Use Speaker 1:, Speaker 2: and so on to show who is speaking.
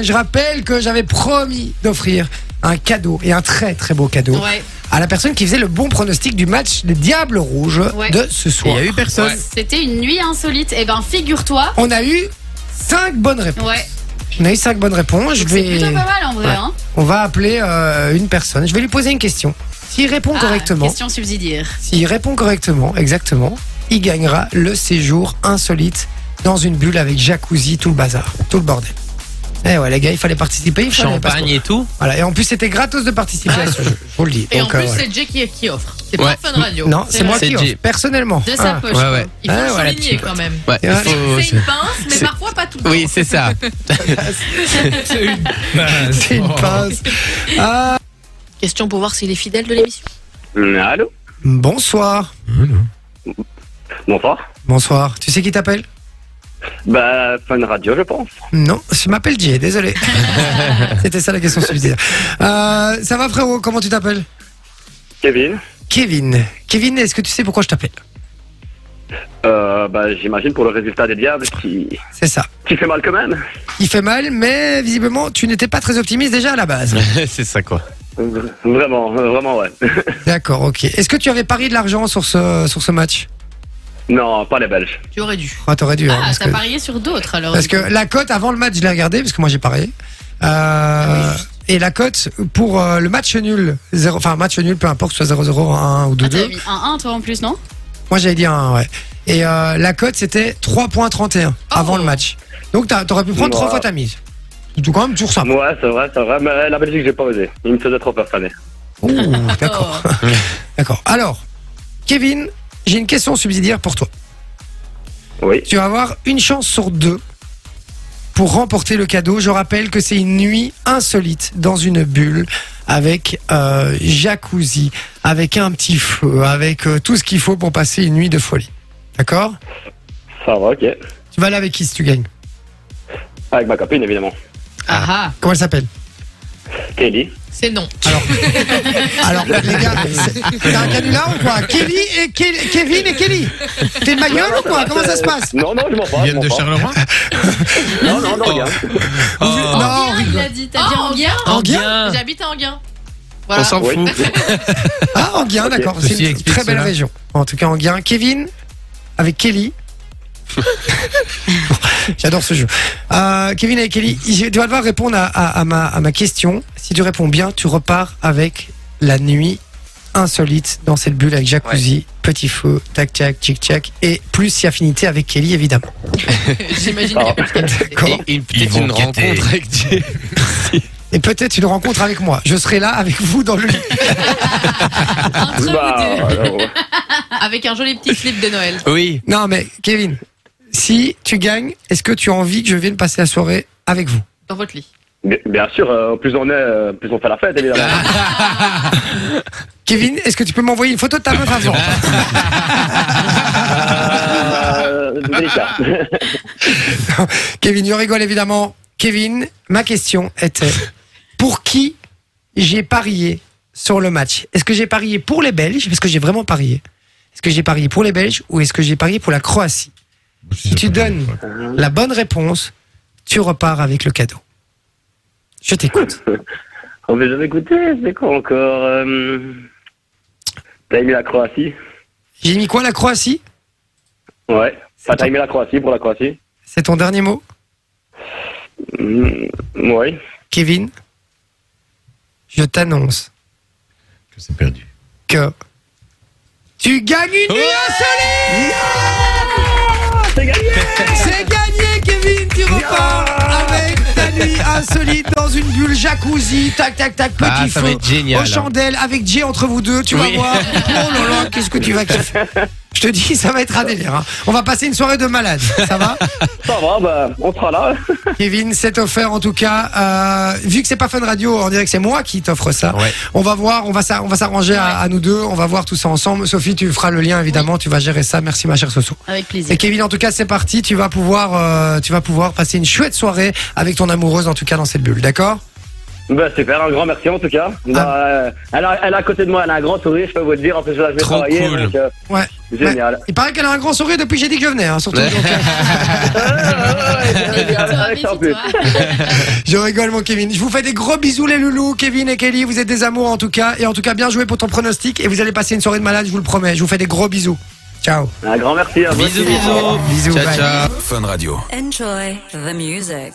Speaker 1: Je rappelle que j'avais promis d'offrir un cadeau et un très très beau cadeau
Speaker 2: Ouais,
Speaker 1: à la personne qui faisait le bon pronostic du match des Diables Rouges
Speaker 2: Ouais.
Speaker 1: de ce
Speaker 3: Il
Speaker 1: soir.
Speaker 3: n'y a eu personne.
Speaker 2: c'était une nuit insolite. Eh ben, figure-toi.
Speaker 1: On a eu 5 bonnes réponses.
Speaker 2: Ouais,
Speaker 1: On a eu 5 bonnes réponses. Je
Speaker 2: donc c'est
Speaker 1: vais...
Speaker 2: plutôt pas mal en vrai.
Speaker 1: Ouais.
Speaker 2: Hein.
Speaker 1: On va appeler euh, une personne. Je vais lui poser une question. S'il répond
Speaker 2: Ah,
Speaker 1: correctement,
Speaker 2: question subsidiaire.
Speaker 1: s'il répond correctement, exactement, il gagnera le séjour insolite dans une bulle avec jacuzzi, tout le bazar, tout le bordel. Eh ouais les gars, il fallait participer. Il fallait parce que-
Speaker 3: Champagne et tout.
Speaker 1: Voilà, et en plus c'était gratos de participer à ce jeu, je vous le dis.
Speaker 4: Et
Speaker 1: Donc,
Speaker 4: en
Speaker 1: euh,
Speaker 4: plus,
Speaker 1: voilà.
Speaker 4: c'est Jay qui, qui offre. C'est
Speaker 3: Ouais.
Speaker 4: pas Fun Radio.
Speaker 1: Non, c'est
Speaker 4: C'est
Speaker 1: moi
Speaker 4: vrai.
Speaker 1: qui,
Speaker 3: C'est
Speaker 1: offre,
Speaker 3: Jay.
Speaker 1: personnellement.
Speaker 2: De sa
Speaker 1: Ah.
Speaker 2: poche.
Speaker 3: ouais,
Speaker 2: quoi.
Speaker 3: ouais.
Speaker 4: Il faut
Speaker 1: Ah,
Speaker 4: le
Speaker 1: voilà,
Speaker 4: souligner
Speaker 1: petit
Speaker 4: quand même.
Speaker 3: Ouais, il
Speaker 1: Ah,
Speaker 3: faut-
Speaker 4: Oh, C'est une pince, mais parfois pas tout le temps.
Speaker 3: Oui, c'est ça.
Speaker 4: c'est une
Speaker 1: C'est
Speaker 3: Oh.
Speaker 1: une pince. Ah,
Speaker 4: question pour voir s'il est fidèle de l'émission.
Speaker 5: Allô
Speaker 1: bonsoir.
Speaker 5: Bonsoir.
Speaker 1: Bonsoir. Tu sais qui t'appelle
Speaker 5: Bah, Fun Radio, je pense.
Speaker 1: Non, je m'appelle Jay, désolé. C'était ça la question subsidiaire. Euh, ça va frérot, comment tu t'appelles
Speaker 5: Kevin
Speaker 1: Kevin. Kevin, est-ce que tu sais pourquoi je t'appelle
Speaker 5: euh, Bah, j'imagine pour le résultat des diables qui,
Speaker 1: C'est ça.
Speaker 5: qui fait mal quand même.
Speaker 1: Il fait mal, mais visiblement, tu n'étais pas très optimiste déjà à la base.
Speaker 3: c'est ça quoi.
Speaker 5: Vr- Vraiment, euh, vraiment, ouais.
Speaker 1: D'accord, ok. Est-ce que tu avais parié de l'argent sur ce, sur ce match
Speaker 5: non, pas les Belges.
Speaker 4: Tu aurais dû.
Speaker 1: Ah, t'aurais dû. hein,
Speaker 2: Ah,
Speaker 1: parce
Speaker 2: t'as
Speaker 1: que-
Speaker 2: parié sur d'autres alors.
Speaker 1: Parce
Speaker 2: du
Speaker 1: que
Speaker 2: coup.
Speaker 1: la cote, avant le match, je l'ai regardé, parce que moi j'ai parié. Euh, et la cote pour euh, le match nul, zéro- enfin match nul, peu importe, soit 0-0, 1 ou
Speaker 2: Ah, t'as
Speaker 1: 2-2.
Speaker 2: mis un 1 toi en plus, non
Speaker 1: moi j'avais dit 1, ouais. Et euh, la cote c'était 3.31
Speaker 2: Oh.
Speaker 1: avant le match. Donc t'as- t'aurais pu prendre
Speaker 5: Ouais.
Speaker 1: 3 fois ta mise. Tout quand même toujours ça.
Speaker 3: Ah.
Speaker 5: Ouais, c'est vrai, c'est vrai, mais la Belgique, j'ai pas osé. Il me faisait trop peur cette année.
Speaker 1: Ouh, Oh, D'accord.
Speaker 2: Oh.
Speaker 1: D'accord. Alors, Kevin, j'ai une question subsidiaire pour toi.
Speaker 5: Oui.
Speaker 1: Tu vas avoir une chance sur deux pour remporter le cadeau. Je rappelle que c'est une nuit insolite dans une bulle avec euh, jacuzzi, avec un petit feu, avec euh, tout ce qu'il faut pour passer une nuit de folie. D'accord
Speaker 5: Ça va, ok.
Speaker 1: Tu vas aller avec qui si tu gagnes
Speaker 5: Avec ma copine, évidemment.
Speaker 4: Ah ah,
Speaker 1: Comment elle s'appelle
Speaker 5: Kelly.
Speaker 4: c'est non.
Speaker 1: Alors, les gars, c'est- t'as un canular ou quoi Kelly et Ke- Kevin et Kelly T'es de ma gueule ou quoi Comment ça se passe
Speaker 5: Non, non, je m'en
Speaker 3: Ils
Speaker 5: parle.
Speaker 3: viennent de Charleroi
Speaker 5: Non, non, non,
Speaker 3: Oh.
Speaker 5: regarde.
Speaker 3: Oh,
Speaker 1: Non,
Speaker 2: Enghien, il a dit. T'as dit
Speaker 4: Ah,
Speaker 2: Enghien
Speaker 3: en bien.
Speaker 2: oh.
Speaker 4: J'habite à Anguin.
Speaker 3: On
Speaker 4: Voilà.
Speaker 3: s'en
Speaker 5: Oui.
Speaker 3: fout.
Speaker 1: Ah, Anguien,
Speaker 5: Ok.
Speaker 1: d'accord. C'est
Speaker 3: Ceci
Speaker 1: une
Speaker 3: explique
Speaker 1: très belle
Speaker 3: cela.
Speaker 1: région. En tout cas, Anguien. Kevin, avec Kelly. J'adore ce jeu. Euh, Kevin avec Kelly, je- tu vas devoir répondre à, à- à ma, à ma question. Si tu réponds bien, tu repars avec la nuit insolite dans cette bulle avec jacuzzi, petit feu, tac-tac, tic-tac, et plus si affinité avec Kelly, évidemment.
Speaker 4: J'imagine qu'il y a plus qu'à dire.
Speaker 1: D'accord
Speaker 3: Et
Speaker 6: Ils
Speaker 3: une, peut-être
Speaker 6: vont
Speaker 3: une
Speaker 6: quêter.
Speaker 3: rencontre avec Dieu.
Speaker 1: Et peut-être une rencontre avec moi. Je serai là avec vous dans le lit.
Speaker 2: Entre vous deux.
Speaker 5: Bah, alors, ouais.
Speaker 4: Avec un joli petit slip de Noël.
Speaker 3: Oui.
Speaker 1: Non, mais Kevin, si tu gagnes, est-ce que tu as envie que je vienne passer la soirée avec vous
Speaker 4: Dans votre lit.
Speaker 5: Bien- Bien sûr, euh, plus on est, euh, plus on fait la fête, évidemment.
Speaker 1: Kevin, est-ce que tu peux m'envoyer une photo de ta meuf avant
Speaker 5: Euh, délicat.
Speaker 1: Kevin, je rigole évidemment. Kevin, ma question était pour qui j'ai parié sur le match Est-ce que j'ai parié pour les Belges Parce que j'ai vraiment parié. Est-ce que j'ai parié pour les Belges ou est-ce que j'ai parié pour la Croatie Si tu donnes la bonne réponse, tu repars avec le cadeau. Je t'écoute.
Speaker 5: On veut jamais goûter, c'est quoi encore euh... T'as aimé la Croatie
Speaker 1: J'ai mis quoi la Croatie
Speaker 5: Ouais.
Speaker 1: C'est
Speaker 5: Enfin, T'as
Speaker 1: ton,
Speaker 5: aimé la Croatie pour la Croatie
Speaker 1: c'est ton dernier mot,
Speaker 5: Mm, Oui. Ouais.
Speaker 1: Kevin Je t'annonce
Speaker 6: que c'est perdu.
Speaker 1: que tu gagnes une nuit insolite C'est gagné Kevin, tu repars avec ta nuit insolite dans une bulle jacuzzi, tac tac tac, petit
Speaker 3: Ah, ça va
Speaker 1: feu,
Speaker 3: être génial.
Speaker 1: aux chandelles, avec Jay entre vous deux, tu vas
Speaker 3: Oui.
Speaker 1: voir, oh là là, qu'est-ce que tu vas kiffer Je te dis, ça va être un délire, hein. on va passer une soirée de malade, ça va
Speaker 5: Ça va, bah, on sera là.
Speaker 1: Kevin, c'est offert en tout cas. Euh, vu que c'est pas Fun Radio, on dirait que c'est moi qui t'offre ça.
Speaker 3: Ouais.
Speaker 1: On va voir, on va s'a- on va s'arranger à, à nous deux, on va voir tout ça ensemble. Sophie, tu feras le lien évidemment, tu vas gérer ça. Merci ma chère Soso.
Speaker 2: Avec plaisir.
Speaker 1: Et Kevin, en tout cas, c'est parti. Tu vas pouvoir, euh, tu vas pouvoir passer une chouette soirée avec ton amoureuse en tout cas dans cette bulle, d'accord
Speaker 5: Bah super, un grand merci en tout cas.
Speaker 3: Ah.
Speaker 5: Bah, euh, elle, a, elle est à côté de moi, elle a un grand sourire, je peux vous le dire, en plus là je vais
Speaker 3: Trop
Speaker 5: travailler.
Speaker 3: cool.
Speaker 5: donc, euh,
Speaker 1: Ouais.
Speaker 5: Génial.
Speaker 1: Il paraît qu'elle a un grand sourire depuis que j'ai dit que je venais, hein, surtout. donc, euh,
Speaker 5: Ouais, ouais, ouais,
Speaker 2: Méfie-toi,
Speaker 5: ouais, ouais, en plus.
Speaker 2: méfie-toi.
Speaker 1: je rigole, mon Kevin. Je vous fais des gros bisous, les loulous. Kevin et Kelly, vous êtes des amours en tout cas. Et en tout cas, bien joué pour ton pronostic. Et vous allez passer une soirée de malade, je vous le promets. Je vous fais des gros bisous. Ciao.
Speaker 5: Un grand merci à vous.
Speaker 3: Bisous,
Speaker 5: aussi.
Speaker 3: bisous.
Speaker 1: Bisous,
Speaker 3: Ciao,
Speaker 1: bye.
Speaker 3: ciao.
Speaker 7: Fun Radio.
Speaker 8: Enjoy the music.